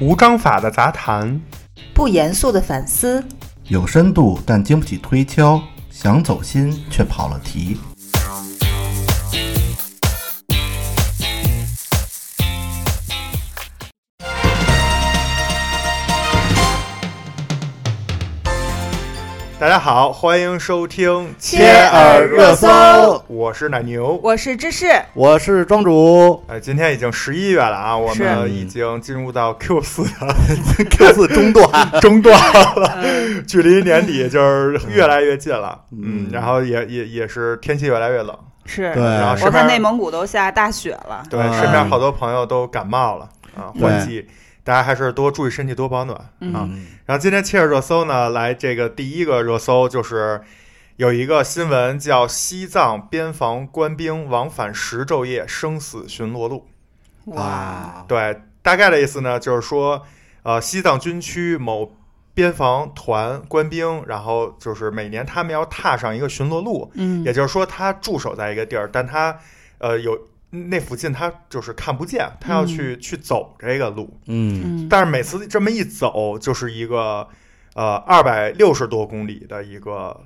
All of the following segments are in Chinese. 无章法的杂谈，不严肃的反思，有深度但经不起推敲，想走心却跑了题。大家好，欢迎收听切耳热搜，我是奶牛。我是芝士，我是庄 主呃，今天已经十一月了啊，我们是已经进入到 Q 四的，Q 四中断， 中段了，嗯距离年底就是越来越近了。嗯嗯，然后也也也是天气越来越冷，是对然后身我边看内蒙古都下大雪了，对嗯身边好多朋友都感冒了啊，换季，大家还是多注意身体，多保暖。啊嗯，然后今天切尔热搜呢，来这个第一个热搜就是有一个新闻叫《西藏边防官兵往返十昼夜生死巡逻录哇，》。啊对，大概的意思呢，就是说，呃，西藏军区某边防团官兵，然后就是每年他们要踏上一个巡逻路，嗯也就是说他驻守在一个地儿，但他呃有那附近他就是看不见，他要去、去走这个路。嗯，嗯，但是每次这么一走，就是一个呃二百六十多公里的一个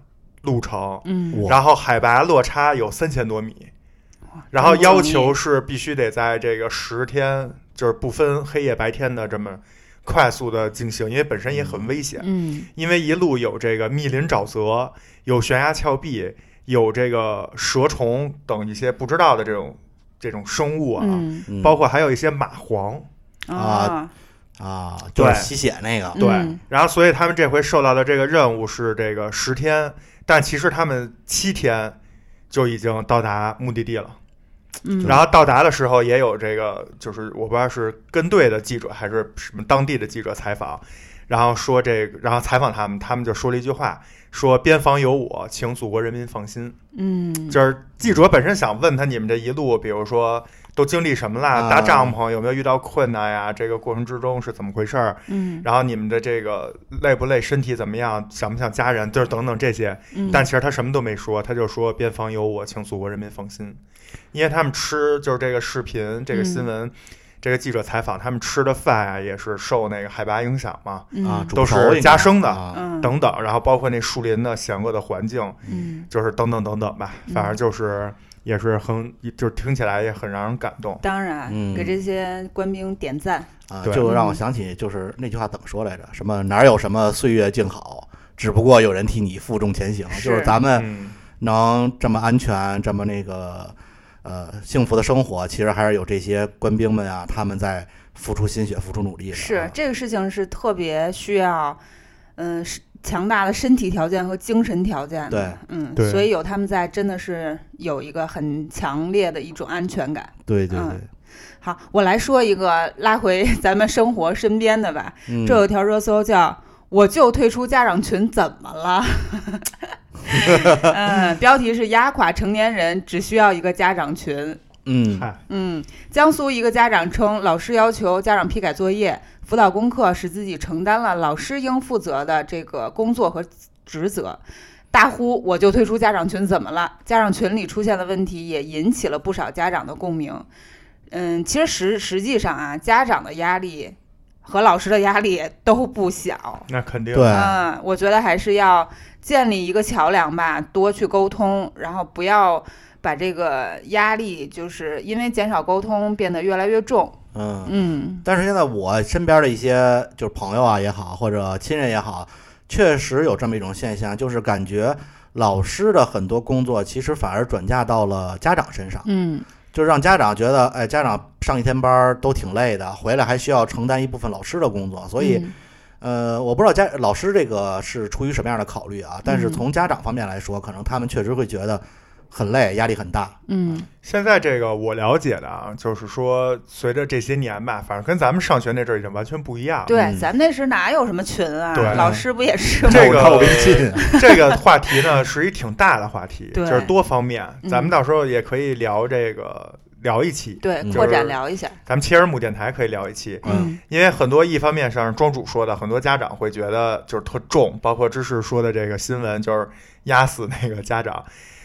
路程，嗯，哇然后海拔落差有三千多米，然后要求是必须得在这个十天，就是不分黑夜白天的这么快速的进行，因为本身也很危险，嗯，因为一路有这个密林沼泽，有悬崖峭壁，有这个蛇虫等一些不知道的这种这种生物啊，嗯嗯包括还有一些蚂蟥。啊，啊，就是对吸血那个，对，嗯然后所以他们这回受到的这个任务是这个十天，但其实他们七天就已经到达目的地了。嗯，然后到达的时候也有这个，就是我不知道是跟队的记者还是什么当地的记者采访，然后说这个，然后采访他们，他们就说了一句话，说边防有我，请祖国人民放心。嗯，就是记者本身想问他，你们这一路，比如说都经历什么啦？啊搭帐篷有没有遇到困难呀？这个过程之中是怎么回事儿？嗯，然后你们的这个累不累，身体怎么样，想不想家人，就是等等这些。嗯但其实他什么都没说，他就说边防有我，请祖国人民放心。因为他们吃就是这个视频、这个新闻、嗯这个记者采访，他们吃的饭啊也是受那个海拔影响嘛，啊，都是加生的啊，嗯，等等。然后包括那树林的险恶的环境，嗯，就是等等等等吧，反正就是也是很，就是听起来也很让人感动。当然嗯给这些官兵点赞，啊嗯对就让我想起就是那句话怎么说来着？什么哪有什么岁月静好，只不过有人替你负重前行。是就是咱们嗯，能这么安全，这么那个呃幸福的生活，其实还是有这些官兵们啊，他们在付出心血、付出努力的啊。是这个事情是特别需要，嗯，是强大的身体条件和精神条件的，嗯，对所以有他们在，真的是有一个很强烈的一种安全感。对对嗯好，我来说一个拉回咱们生活身边的吧。对，这有条热搜叫“我就退出家长群，怎么了？” 嗯，标题是“压垮成年人，只需要一个家长群”。嗯嗨嗯，江苏一个家长称，老师要求家长批改作业、辅导功课，使自己承担了老师应负责的这个工作和职责。大呼我就退出家长群，怎么了？家长群里出现的问题也引起了不少家长的共鸣。嗯，其实实实际上啊，家长的压力和老师的压力都不小。那肯定对，嗯，我觉得还是要建立一个桥梁吧，多去沟通，然后不要把这个压力，就是因为减少沟通变得越来越重。嗯。嗯但是现在我身边的一些就是朋友啊也好，或者亲人也好，确实有这么一种现象，就是感觉老师的很多工作其实反而转嫁到了家长身上，嗯就是让家长觉得，哎，家长上一天班儿都挺累的，回来还需要承担一部分老师的工作，所以，嗯呃，我不知道家老师这个是出于什么样的考虑啊，但是嗯从家长方面来说，可能他们确实会觉得很累，压力很大。嗯现在这个我了解的啊，就是说随着这些年吧，反正跟咱们上学那阵儿已经完全不一样了。对，嗯咱们那时哪有什么群啊？啊对老师不也是吗？这个看 我微信啊， 这个话题呢是一挺大的话题，对就是多方面，嗯咱们到时候也可以聊这个聊一期，对，嗯扩展聊一下。咱们切尔姆电台可以聊一期。嗯因为很多一方面上庄主说的，很多家长会觉得就是特重，包括知识说的这个新闻就是压死那个家长。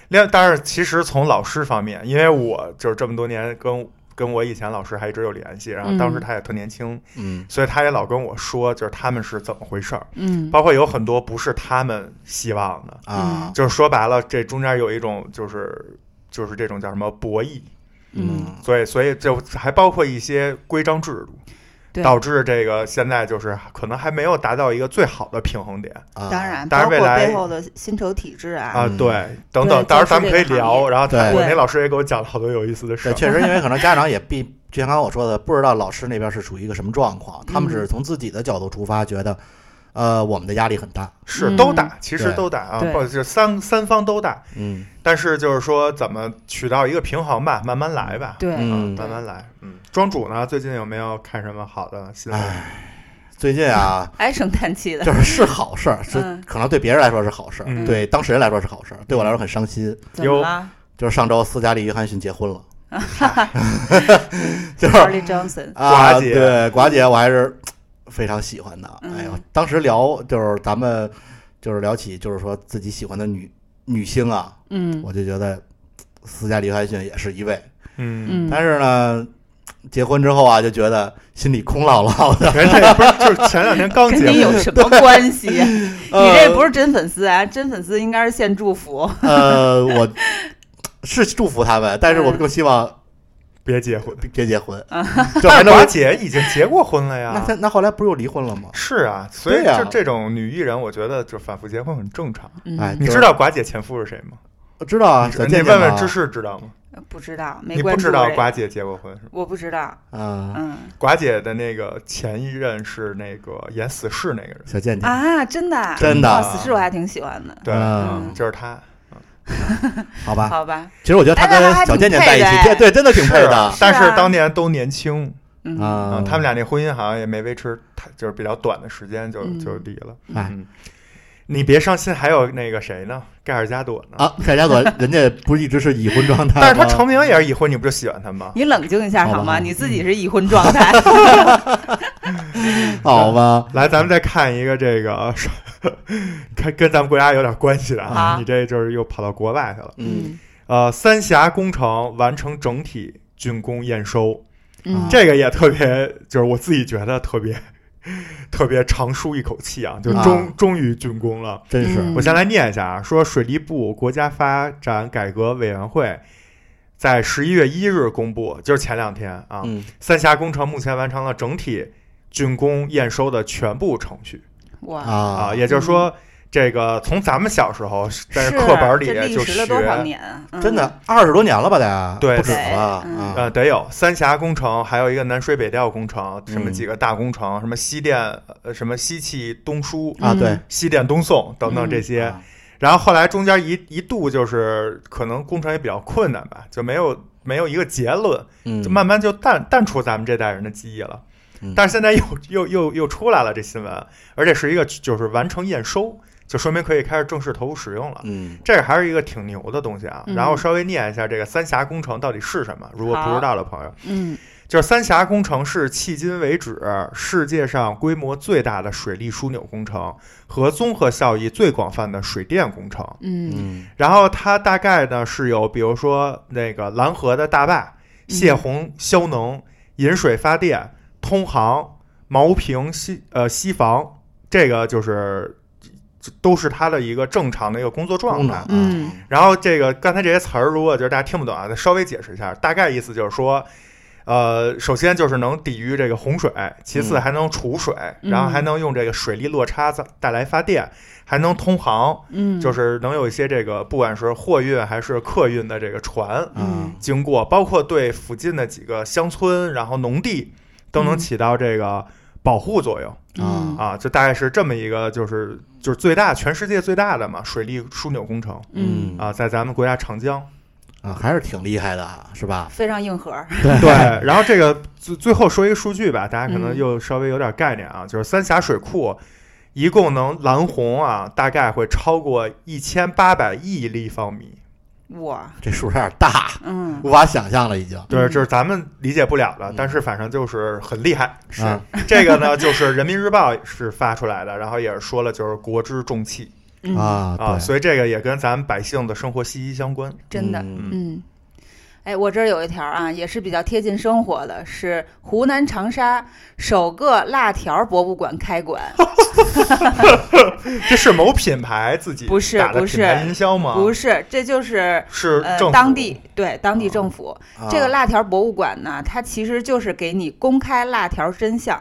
另，但是其实从老师方面，因为我就是这么多年跟跟我以前老师还一直有联系，然后当时嗯他也特年轻，嗯所以他也老跟我说，就是他们是怎么回事儿，嗯包括有很多不是他们希望的，啊就是说白了，这中间有一种就是就是这种叫什么博弈，嗯，所以所以就还包括一些规章制度，对导致这个现在就是可能还没有达到一个最好的平衡点啊当然，当然包括未来背后的薪酬体制啊，啊，嗯对，等对等，到时候就是咱们可以这个行聊。业然后他对我那老师也给我讲了好多有意思的事对，儿，确实，因为可能家长也必，就像刚刚我说的，不知道老师那边是处于一个什么状况，他们只嗯是从自己的角度出发，觉得，呃，我们的压力很大，是嗯都打，其实对都打啊，对不就是三三方都打，嗯但是就是说怎么取到一个平衡吧，慢慢来吧。对，嗯，慢慢来，嗯，庄主呢？最近有没有看什么好的新闻？唉，最近啊，唉声叹气的，就是是好事儿，是嗯可能对别人来说是好事嗯儿，对当事人来说是好事儿，对我来说很伤心。怎么了就是上周斯嘉丽·约翰逊结婚 了， 就是？Charlie Johnson，啊， 寡姐对寡姐，我还是非常喜欢的。嗯哎呦，当时聊就是咱们就是聊起就是说自己喜欢的女女星啊，嗯我就觉得斯嘉丽·约翰逊也是一位，嗯，嗯，但是呢，结婚之后啊，就觉得心里空 落落的。人家也不是，就是前两天刚跟结你婚，有什么关系？你呃这不是真粉丝啊，真粉丝应该是献祝福。呃，我是祝福他们，但是我嗯啊更希望别结婚。别结婚，这还但 能寡姐已经结过婚了那呀他。那后来不是又离婚了吗？是啊，所以对呀就这种女艺人，我觉得就反复结婚很正常。哎嗯，你知道寡姐前夫是谁吗？我知道啊，小你健问健问嘛芝士知道吗？不知道，没你不关注知道这个寡姐结过婚是吗？我不知道，啊，嗯寡姐的那个前一任是那个演死士那个人，小健健，啊，真的啊，真的哦死侍我还挺喜欢的，对，嗯就是他。好吧，好吧，其实我觉得他哎那跟还挺小健健在一配起，的对哎对，真的挺配是啊的但是是啊当年都年轻，嗯啊嗯，。他们俩那婚姻好像也没维持太，就是比较短的时间就嗯就离了。哎嗯，你别伤心，还有那个谁呢？盖尔加朵呢？啊，盖加朵人家不是一直是已婚状 态吗，但是他成名也是已婚，你不就喜欢他吗？你冷静一下好吧好好吗？吧你自己是已婚状态，好吧？来，咱们再看一个这个， 看跟咱们国家有点关系的啊。好你这就是又跑到国外去了。嗯，呃，三峡工程完成整体竣工验收，嗯，这个也特别，就是我自己觉得特别。特别长舒一口气啊，就终、啊终于竣工了。真是嗯我先来念一下啊，说水利部国家发展改革委员会在十一月一日公布，就是前两天啊，嗯三峡工程目前完成了整体竣工验收的全部程序 哇，啊啊，也就是说，这个从咱们小时候在是课本里这历就时了多少学，年啊？嗯真，的二十多年了吧？得对不止对了嗯啊。呃，得有三峡工程，还有一个南水北调工程，什么嗯几个大工程，什么西电，呃，什么西气东输。啊，嗯对，西电东送等等这些，啊然后后来中间一一度就是可能工程也比较困难吧，就没有没有一个结论，嗯，就慢慢就淡淡出咱们这代人的记忆了嗯。但是现在又又又又出来了这新闻，而且是一个就是完成验收，就说明可以开始正式投入使用了。嗯这个还是一个挺牛的东西啊。嗯然后稍微念一下这个三峡工程到底是什么，如果不知道的朋友，嗯就是三峡工程是迄今为止世界上规模最大的水利枢纽工程和综合效益最广泛的水电工程。嗯嗯然后它大概呢是有，比如说那个蓝河的大坝、嗯泄洪、消能、引水发电、通航、茅坪、西呃西防，这个就是这都是它的一个正常的一个工作状功态能。嗯啊然后这个刚才这些词儿，如果就是大家听不懂啊，再稍微解释一下，大概意思就是说。呃，首先就是能抵御这个洪水，其次嗯还能储水，嗯然后还能用这个水力落差再带来发电，还能通航，嗯，就是能有一些这个，不管是货运还是客运的这个船嗯经过，包括对附近的几个乡村，然后农地都能嗯起到这个保护作用、嗯啊，就大概是这么一个，就是就是最大全世界最大的嘛水利枢纽工程嗯嗯啊，在咱们国家长江。啊，还是挺厉害的啊，是吧？非常硬核，对，然后这个最最后说一个数据吧，大家可能嗯又稍微有点概念啊，就是三峡水库。一共能蓝洪啊，大概会超过一千八百亿立方米，哇，这数有点大，嗯无法想象了已经。对，嗯这是咱们理解不了的嗯，但是反正就是很厉害。是啊这个呢，就是人民日报是发出来的，然后也是说了，就是国之重器嗯，啊啊，对，所以这个也跟咱们百姓的生活息息相关。真的，嗯嗯，哎，我这儿有一条啊，也是比较贴近生活的，是湖南长沙首个辣条博物馆开馆。这是某品牌自己不是打的不品牌是营销吗？不是，是，这就是呃政府当地对当地政府、啊这个辣条博物馆呢，它其实就是给你公开辣条真相。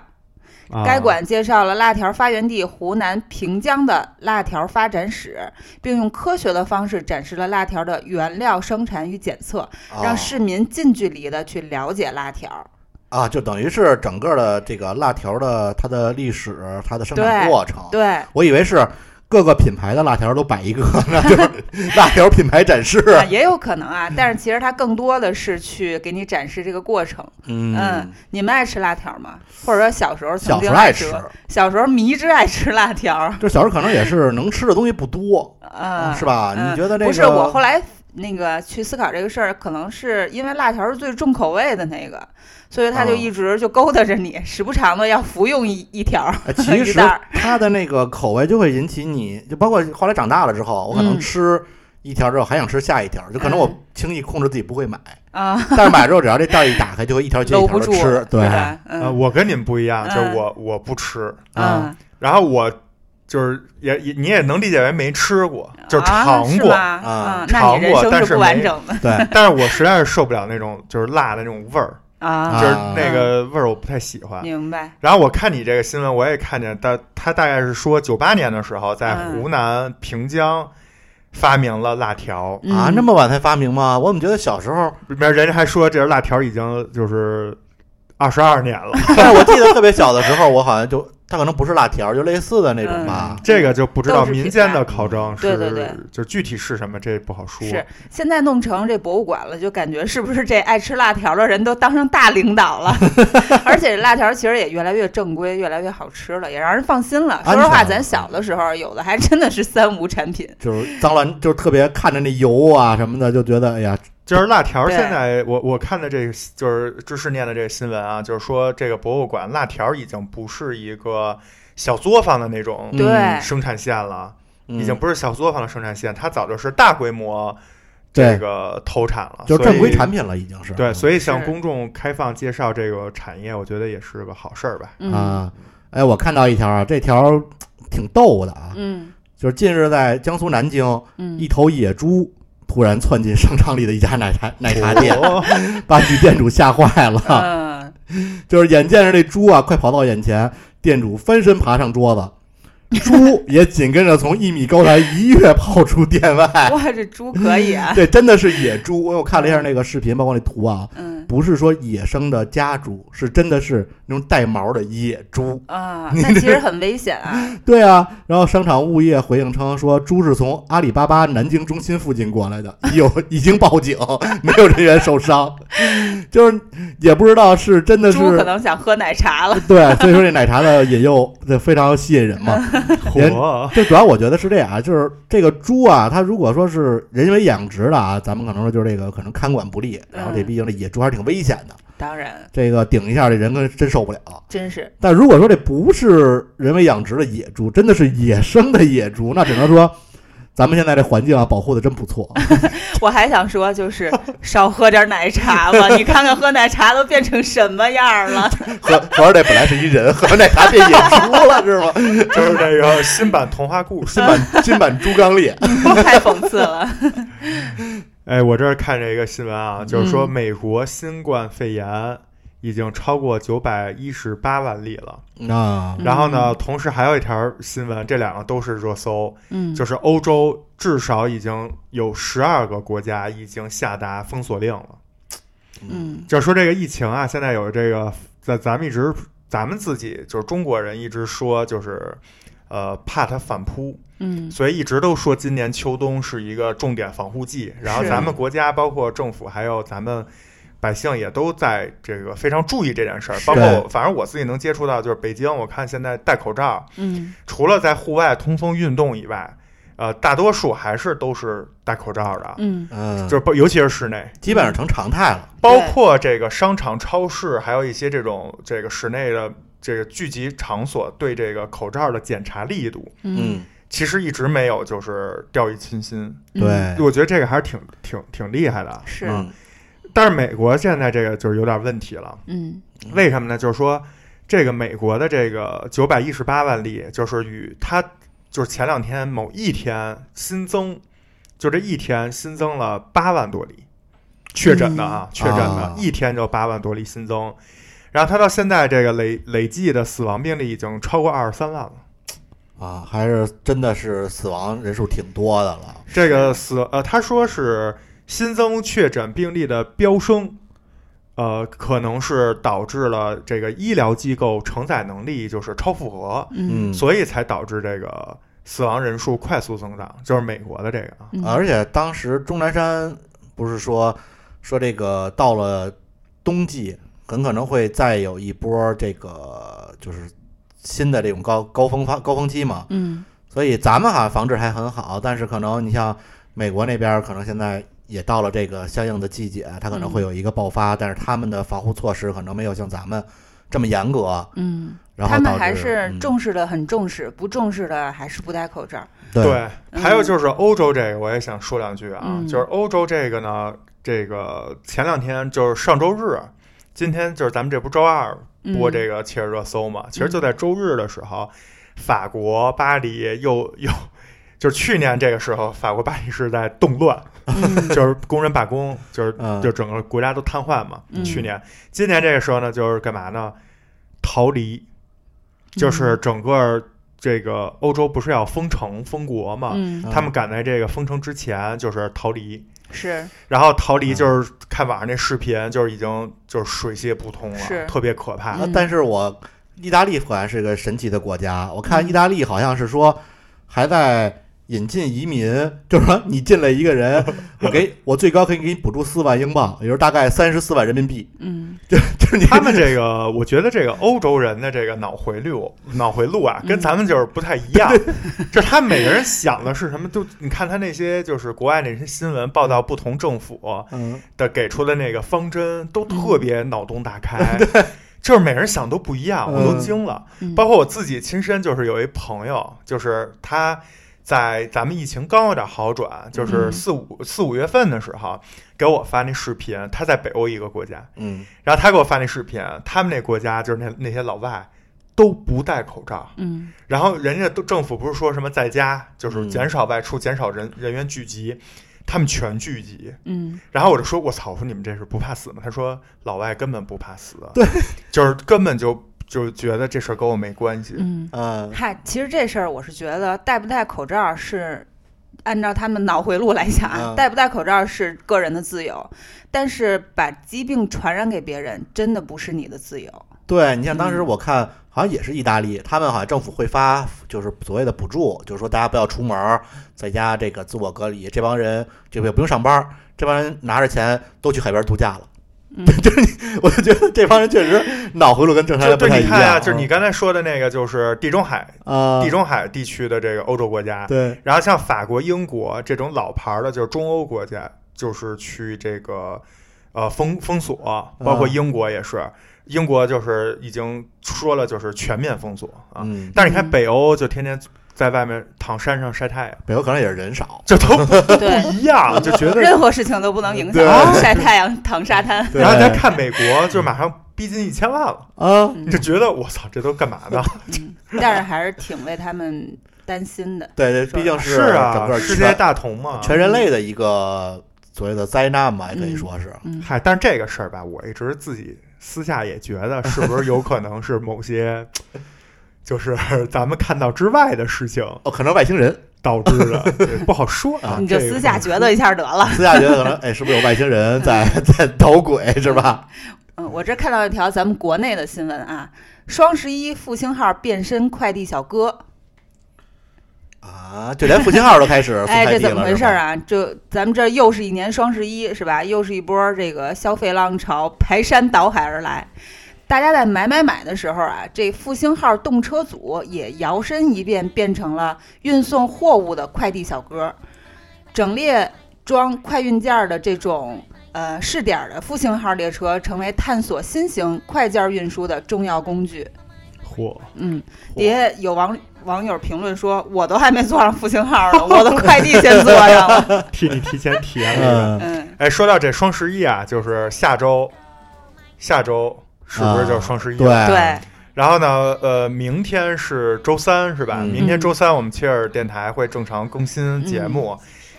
啊该馆介绍了辣条发源地湖南平江的辣条发展史，并用科学的方式展示了辣条的原料生产与检测，让市民近距离的去了解辣条。啊啊，就等于是整个的这个辣条的它的历史、它的生产对过程。对，我以为是各个品牌的辣条都摆一个，那就是 辣条品牌展示。啊，也有可能啊，但是其实它更多的是去给你展示这个过程。嗯，你们爱吃辣条吗？或者说小时候曾小时经候爱吃吃，过，小时候迷之爱吃辣条。 就小时候可能也是能吃的东西不多，嗯，哦是吧？嗯你觉得这个不是，我后来那个去思考这个事儿，可能是因为辣条是最重口味的那个，所以他就哦一直就勾搭着你，时不常的要服用一一条儿。哎其一实袋儿它的那个口味就会引起你，就包括后来长大了之后，我可能嗯吃一条之后还想吃下一条，就可能嗯我轻易控制自己不会买，啊，但是买之后只要这袋儿一打开，就会一条接一搂条不的住，吃，对对，吧？呃，嗯我跟你们不一样，就是嗯我我不吃，啊嗯然后我就是也也你也能理解为没吃过，就是啊尝是过，吗啊嗯那你尝过人但生是不完没整的 对，啊但是我实在是受不了那种就是辣的那种味儿，就啊，是那个味儿我不太喜欢。明白？然后我看你这个新闻，我也看见，但他大概是说九八年的时候，在嗯湖南平江发明了辣条，啊，嗯那么晚才发明吗？我怎么觉得小时候？里面人家还说这辣条已经就是二十二 年了，但是我记得特别小的时候，我好像就它可能不是辣条，就类似的那种嗯吧。这个就不知道都是品牌民间的考证对是对对就具体是什么，这不好说。是现在弄成这博物馆了，就感觉是不是这爱吃辣条的人都当上大领 导了？而且辣条其实也越来越正规，越来越好吃了，也让人放心了。安全说实话，了咱小的时候有的还真的是三无产品。就是脏乱，就是特别看着那油啊什么的，就觉得哎呀，就是辣条，对现在我我看的这个就是知识念的这个新闻啊，就是说这个博物馆辣条已经不是一个小作坊的那种嗯对，生产线了，嗯已经不是小作坊的生产线，它早就是大规模这对，个投产了，就是正所规以产品嗯了，已经是对，所以向是公众开放介绍这个产业，我觉得也是个好事儿吧。嗯啊，哎，我看到一条啊，这条嘖挺逗的啊，嗯就是近日在江苏南京，一嗯，头野猪突然窜进商场里的一家奶茶奶茶店， 哦把女店主吓坏了。嗯 就是眼见着这猪啊，快跑到眼前，店主翻身爬上桌子， 猪也紧跟着从一米高台一跃跑出店外。哇，这猪可以啊，这真的是野猪，我有看了一下那个视频，包括那图啊，嗯不是说野生的家猪，是真的是那种带毛的野猪。啊，那其实很危 险啊，对啊，然后商场物业回应称说，猪是从阿里巴巴南京中心附近过来的，已有已经报警，没有人员受伤， 就是也不知道是真的是猪可能想喝奶茶了，对，所以说这奶茶的引诱这非常吸引人嘛。人嚯，这主要我觉得是这样啊，就是这个猪啊，它如果说是人为养殖的啊，咱们可能说就是这个可能看管不力，然后这嗯毕竟这野猪还是挺危险的，当然这个顶一下这人跟真受不了。真是但如果说这不是人为养殖的野猪，真的是野生的野猪，那只能说咱们现在这环境啊保护的真不 错。我还想说，就是少喝点奶茶吧。你看看喝奶茶都变成什么样了？合合着这本来是一人，合着奶茶变野猪了是吗？就是这个新版童话故事 新。版新版猪刚烈，太讽刺了。哎，我这儿看这个新闻啊，就是说嗯美国新冠肺炎已经超过九百一十八万例了。嗯啊然后呢，同时还有一条新闻，这两个都是热搜， 嗯就是欧洲至少已经有十二个国家已经下达封锁令了。嗯就是说这个疫情啊，现在有这个，咱咱们一直咱们自己就是中国人一直说就是。呃，怕它反扑，嗯所以一直都说今年秋冬是一个重点防护季。然后是咱们国家包括政府还有咱们百姓也都在这个非常注意这件事儿。是包括对我反正我自己能接触到，就是北京，我看现在戴口罩，嗯，除了在户外通风运动以外，呃，大多数还是都是戴口罩的，嗯嗯，就是包尤其是室内，基本上成常态了。包括这个商场、超市，还有一些这种这个室内的这个聚集场所，对这个口罩的检查力度，嗯，其实一直没有就是掉以轻心。嗯，对，我觉得这个还是挺挺挺厉害的。是嗯但是美国现在这个就是有点问题了，嗯为什么呢？就是说这个美国的这个九百一十八万例，就是与它就是前两天某一天新增，就这一天新增了八万多例确诊的啊，确诊的、啊一天就八万多例新增，然后它到现在这个累累计的死亡病例已经超过二十三万了。啊，还是真的是死亡人数挺多的了。这个死呃，他说是新增确诊病例的飙升，呃，可能是导致了这个医疗机构承载能力就是超负荷，嗯所以才导致这个死亡人数快速增长，就是美国的这个啊。嗯而且当时钟南山不是说说这个到了冬季，很可能会再有一波这个就是新的这种高高峰发高峰期嘛。嗯所以咱们好像防治还很好，但是可能你像美国那边，可能现在也到了这个相应的季节，它可嗯能会有一个爆发，但是他们的防护措施可能没有像咱们这么严格。嗯，然后他们导致还是嗯重视的很重视，不重视的还是不戴口罩。对嗯还有就是欧洲这个，我也想说两句啊，嗯就是欧洲这个呢，这个前两天就是上周日，今天就是咱们这不周二嗯播这个切尔热搜嘛。其实就在周日的时候，法国巴黎又又就是去年这个时候，法国巴黎是在动 乱，嗯就是工人罢工，就是嗯就整个国家都瘫痪嘛。嗯去年，今年这个时候呢，就是干嘛呢？逃离，嗯就是整个这个欧洲不是要封城封国啊嘛？嗯嗯他们赶在这个封城之前就是逃离，是然后逃离就是嗯看网上那视频，就是已经就是水泄不通了，是特别可怕。啊嗯，但是我意大利好像是个神奇的国家，我看嗯意大利好像是说还在引进移民，就是说你进来一个人，我给我最高可以给你补助四万英镑，也就是大概三十四万人民币，嗯就是你 他们这个，我觉得这个欧洲人的这个脑回路，脑回路啊，嗯跟咱们就是不太一样。 就是他每个人想的是什么？就你看他那些就是国外那些新闻报道，不同政府嗯的给出的那个方针都特别脑洞大 开，就是每人想都不一样，我都嗯惊了。嗯包括我自己亲身就是有一朋友，就是他在咱们疫情刚有点好转，就是嗯四五四五月份的时候，给我发那视频，他在北欧一个国家。嗯然后他给我发那视频，他们那国家就是那那些老外都不戴口罩，嗯然后人家都政府不是说什么在家就是嗯减少外出、减少人人员聚集，他们全聚集。嗯然后我就说：“我操，我说你们这是不怕死吗？”他说：“老外根本不怕死，对，就是根本就就觉得这事儿跟我没关系。嗯，呃嗨，其实这事儿我是觉得戴不戴口罩是。按照他们脑回路来想啊，嗯戴不戴口罩是个人的自由，但是把疾病传染给别人，真的不是你的自由。对你像当嗯时我看，好像也是意大利，他们好像政府会发就是所谓的补助，就是说大家不要出门儿，在家这个自我隔离，这帮人就也不用上班儿，这帮人拿着钱都去海边度假了。嗯 就是你，我就觉得这帮人确实脑回路跟正常就人不对，太你一看样呀、啊。就是你刚才说的那个，就是地中海、啊，地中海地区的这个欧洲国家，对，然后像法国、英国这种老牌儿的，就是中欧国家，就是去这个呃封封锁，包括英国也是，英国就是已经说了就是全面封锁啊。嗯，但是你看嗯北欧就天天在外面躺山上晒太阳，北欧可能也是 人少，就都不 对，一样，啊就觉得。 任何事情都不能影响对 晒太阳、躺沙滩。然后再看美国，就马上逼近一千万了，啊，嗯就觉得我操，这都干嘛呢？嗯但是还是挺为他们担心的。对，对毕竟是整啊，个世界全大同嘛。全人类的一个所谓的灾难嘛，也可以说是。嗯，嗨，但是这个事儿吧，我一直自己私下也觉得，是不是有可能是某 些，就是咱们看到之外的事情哦，可能外星人，导致的， 也不好说啊。你就这个私下觉得一下得了。私下觉得可能，哎，是不是有外星人在 在捣鬼，是吧？嗯，我这看到一条咱们国内的新闻啊，双十一复兴号变身快递小哥，啊，就连复兴号都开始送哎，快这递了，怎么回是事吧儿？啊？这咱们这又是一年双十一是吧？又是一波这个消费浪潮排山倒海而来。大家在买买买的时候啊，这复兴号动车组也摇身一变，变成了运送货物的快递小哥，整列装快运件儿的这种呃试点儿的复兴号列车，成为探索新型快件儿运输的重要工具。嚯，嗯，嚯底下有网网友评论说，我都还没坐上复兴号呢，我的快递先坐上了。 替你提前体验了一个。嗯，嗯，哎，说到这双十一啊，就是下周，下周是不是就是双十一、啊对，对，然后呢，呃，明天是周三，是吧？嗯明天周三我们切尔电台会正常更新节嗯目，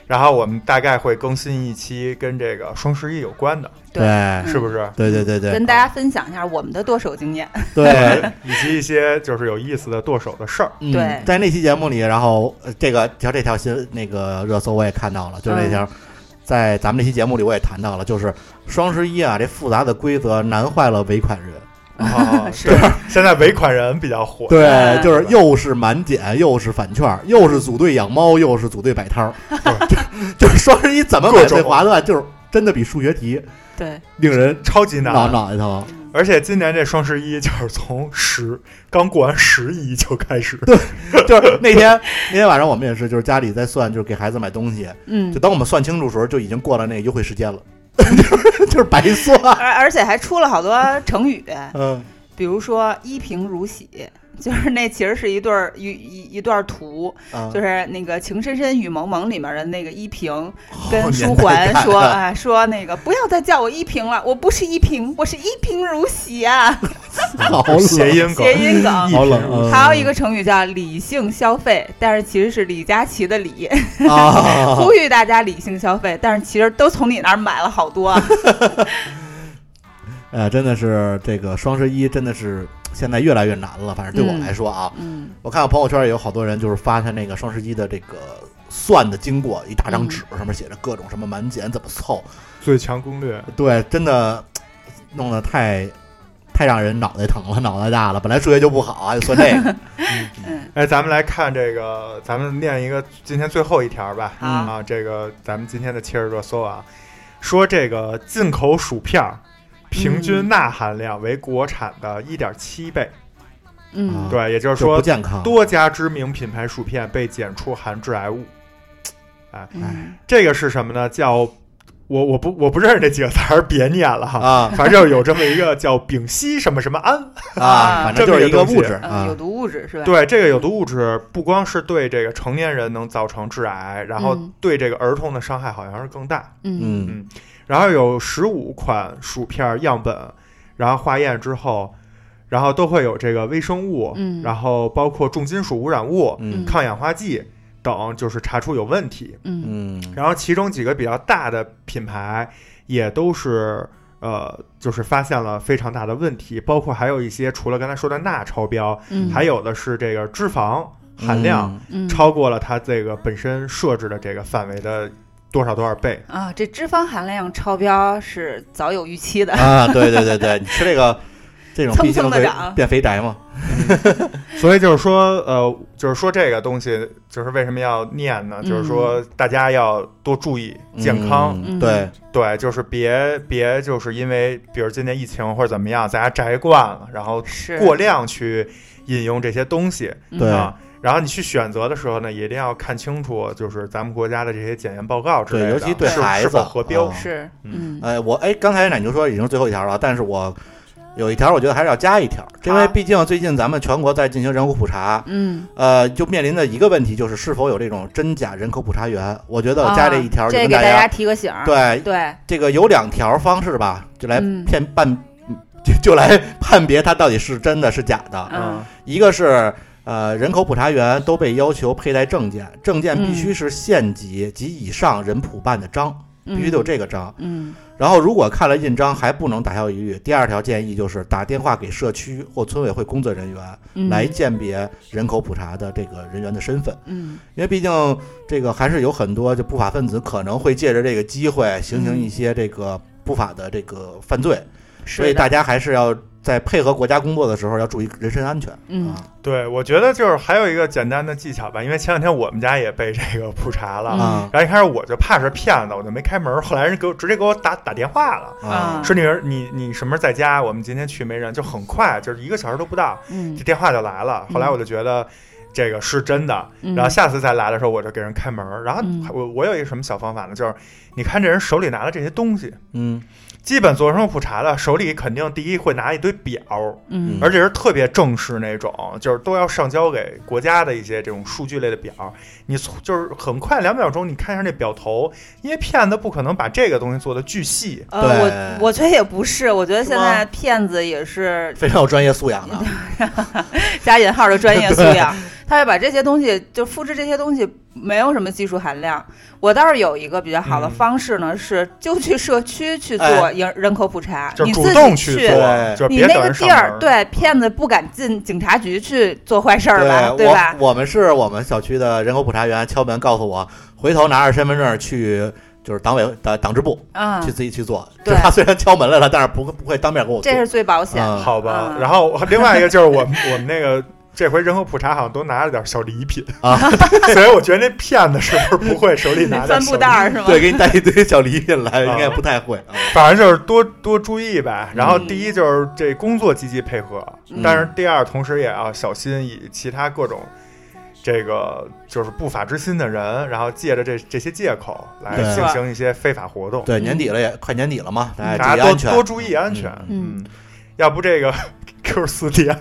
然后我们大概会更新一期跟这个双十一有关的，对对，是不是？对对对对跟大家分享一下我们的剁手经验。 对，呃以及一些就是有意思的剁手的事儿。嗯对在那期节目里，然后呃这个条这条新那个热搜我也看到了，就是嗯那条、在咱们这期节目里我也谈到了，就是双十一啊，这复杂的规则难坏了尾款人。啊，是对，现在尾款人比较火，对，嗯就是又是满减，又是返券，又是组队养猫，又是组队摆摊儿，就就是双十一怎么买最划算，就是真的比数学题对，令人超级难。挠脑袋疼。而且今年这双十一就是从十刚过完十一就开始，就是那天那天晚上我们也是，就是家里在算，就是给孩子买东西， 嗯就，当我们算清楚的时候，就已经过了那个优惠时间了， 就是就是白算。而而且还出了好多成语，嗯，比如说“一贫如洗”，就是那其实是一对儿一一一段图，啊就是那个《情深深雨蒙蒙》里面的那个依萍好跟哦年代书桓感说啊啊，说那个不要再叫我依萍了，我不是依萍，我是一贫如洗 啊， 好冷，嗯谐音梗谐，音梗。好冷。还有一个成语叫“理性消费”，但是其实是李佳琦的李，个啊，呼吁大家理性消费，但是其实都从你那儿买了好多。呃，真的是这个双十一真的是现在越来越难了，反正对我嗯来说啊， 嗯，我看我朋友圈也有好多人就是发他那个双十一的这个算的经过，一大张纸上面写着各种什么满减怎么凑，最强攻略，对，真的弄得太太让人脑袋疼了，脑袋大了，本来数学就不好啊，就算这 个，嗯哎，咱们来看这个，咱们念一个今天最后一条吧。好啊，这个咱们今天的切尔热搜啊，说这个进口薯片儿平均钠含量为国产的一点七倍。嗯，对，也就是就不说，健康，多家知名品牌薯片被检出含致癌物。哎嗯，这个是什么呢？叫我我不我不认识这几个词儿，别念了哈。啊反正有这么一个叫丙烯什么什么胺，啊，反正就是一个物质呃有啊，毒物质是吧？对这个有毒物质，不光是对这个成年人能造成致癌，然后嗯对这个儿童的伤害好像是更大。嗯，嗯然后有十五款薯片样本，然后化验之后，然后都会有这个微生物，嗯然后包括重金属污染物、嗯抗氧化剂等，就是查出有问题。嗯嗯然后其中几个比较大的品牌也都是。呃，就是发现了非常大的问题，包括还有一些除了刚才说的钠超标，嗯，还有的是这个脂肪含量嗯超过了它这个本身设置的这个范围的多少多少倍。啊，这脂肪含量超标是早有预期的。啊，对对对对，你吃这个这种毕竟蹭蹭地会长变肥宅嘛，所以就是说，呃，就是说这个东西，就是为什么要念呢？嗯就是说大家要多注意健康，嗯嗯对，对，就是别别就是因为，比如今年疫情或者怎么样，大家宅惯了，然后是过量去饮用这些东西嗯对啊。然后你去选择的时候呢，也一定要看清楚，就是咱们国家的这些检验报告之类的，对尤其对是孩是子否合标啊。是嗯呃，我哎，刚才奶牛说已经是最后一条了，但是我有一条，我觉得还是要加一条，因为好毕竟最近咱们全国在进行人口普查，嗯，呃，就面临的一个问题就是是否有这种真假人口普查员。我觉得我加这一条啊就这跟给大大家，提个醒儿。对对，这个有两条方式吧，就来嗯骗判，就就来 判别它到底是真的是假的。嗯一个是呃，人口普查员都被要求佩戴证件，证件嗯必须是县级及以上人普办的章，必须得有这个章。嗯然后，如果看了印章还不能打消疑虑，第二条建议就是打电话给社区或村委会工作人员嗯来鉴别人口普查的这个人员的身份，嗯因为毕竟这个还是有很多就不法分子可能会借着这个机会行行一些这个不法的这个犯罪，是所以的大家还是要在配合国家工作的时候要注意人身安全嗯啊对，我觉得就是还有一个简单的技巧吧，因为前两天我们家也被这个普查了，嗯啊然后一开始我就怕是骗子，我就没开门。后来人给我直接给我打打电话了，啊说你你你什么时候在家？我们今天去没人，就很快，就是一个小时都不到，嗯这电话就来了。后嗯来我就觉得。这个是真的，嗯然后下次再来的时候我就给人开门。然后嗯我我有一个什么小方法呢？就是你看这人手里拿的这些东西，嗯基本做成普查的，手里肯定第一会拿一堆表，嗯而且是特别正式那种，就是都要上交给国家的一些这种数据类的表。你从就是很快两秒钟，你看一下那表头，因为骗子不可能把这个东西做的巨细。呃，对我我觉得也不是，我觉得是现吗在骗子也是非常有专业素养的，加引号的专业素 养，他会把这些东西就复制这些东西，没有什么技术含量。我倒是有一个比较好的嗯方式呢，是就去社区去做哎人人口普查，就是你主自己动做，对就是你别那等个人上地儿，门。对骗子不敢进警察局去做坏事儿吧，对吧？我我们是我们小区的人口普查员敲门告诉我，回头拿着身份证去就是党委党党支部嗯去，自己去做。对 就是他虽然敲门来了，但是不不会当面给我做这。是最保险的。嗯好吧。嗯然后另外一个就是我 们我们那个。这回人口普查好像都拿了点小礼品啊， 所以我觉得那骗子是不是不会手里拿那点 帆小布礼袋儿是吗？对，给你带一堆小礼品来，啊应该不太会啊。反正就是多多注意吧。然后嗯第一就是这工作积极配合，嗯但是第二同时也要小心以其他各种这个就是不法之心的人，然后借着这这些借口来对进行一些非法活动，对，年底了也快年底了嘛，大大家家注意多安全，多注意安全。嗯，要不这个 Q 四 叠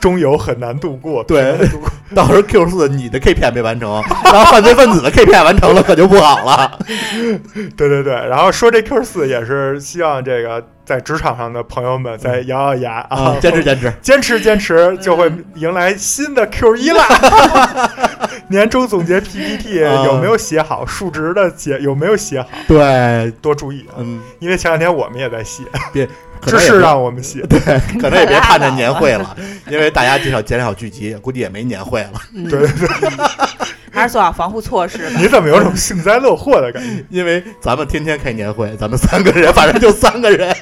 中游很难度过。对， 到时候 Q 四你的 K 片没完成，然后犯罪分子的 K 片完成了，可就不好了。 对对对，然后说这 Q 四也是希望这个在职场上的朋友们再咬咬牙啊 啊，，坚持嗯坚持，坚持坚持，就会迎来新的 Q 一啦。 年终总结 PPT 啊有没有写好？数值的写有没有写好？对，多注意啊！嗯，因为前两天我们也在写，可芝能也士不让我们写。可能也别盼着年会了，因为大家减少减少聚集，估计也没年会了。嗯对，还是做好防护措施吧。你怎么有种幸灾乐祸的感觉？因为咱们天天开年会，咱们三个人，反正就三个人。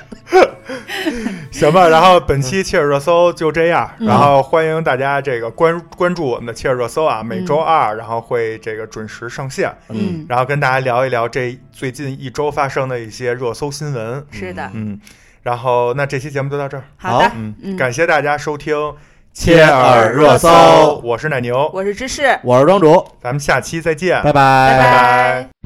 行嗯吧，嗯然后本期切尔热搜就这样，嗯然后欢迎大家这个关关注我们的切尔热搜嗯啊，每周二然后会这个准时上线，嗯，然后跟大家聊一聊这最近一周发生的一些热搜新闻。是的，嗯，然后那这期节目就到这儿。好的，嗯，嗯，感谢大家收听，切耳热搜，我是奶牛，我是芝士，我是庄主，咱们下期再见，拜拜拜拜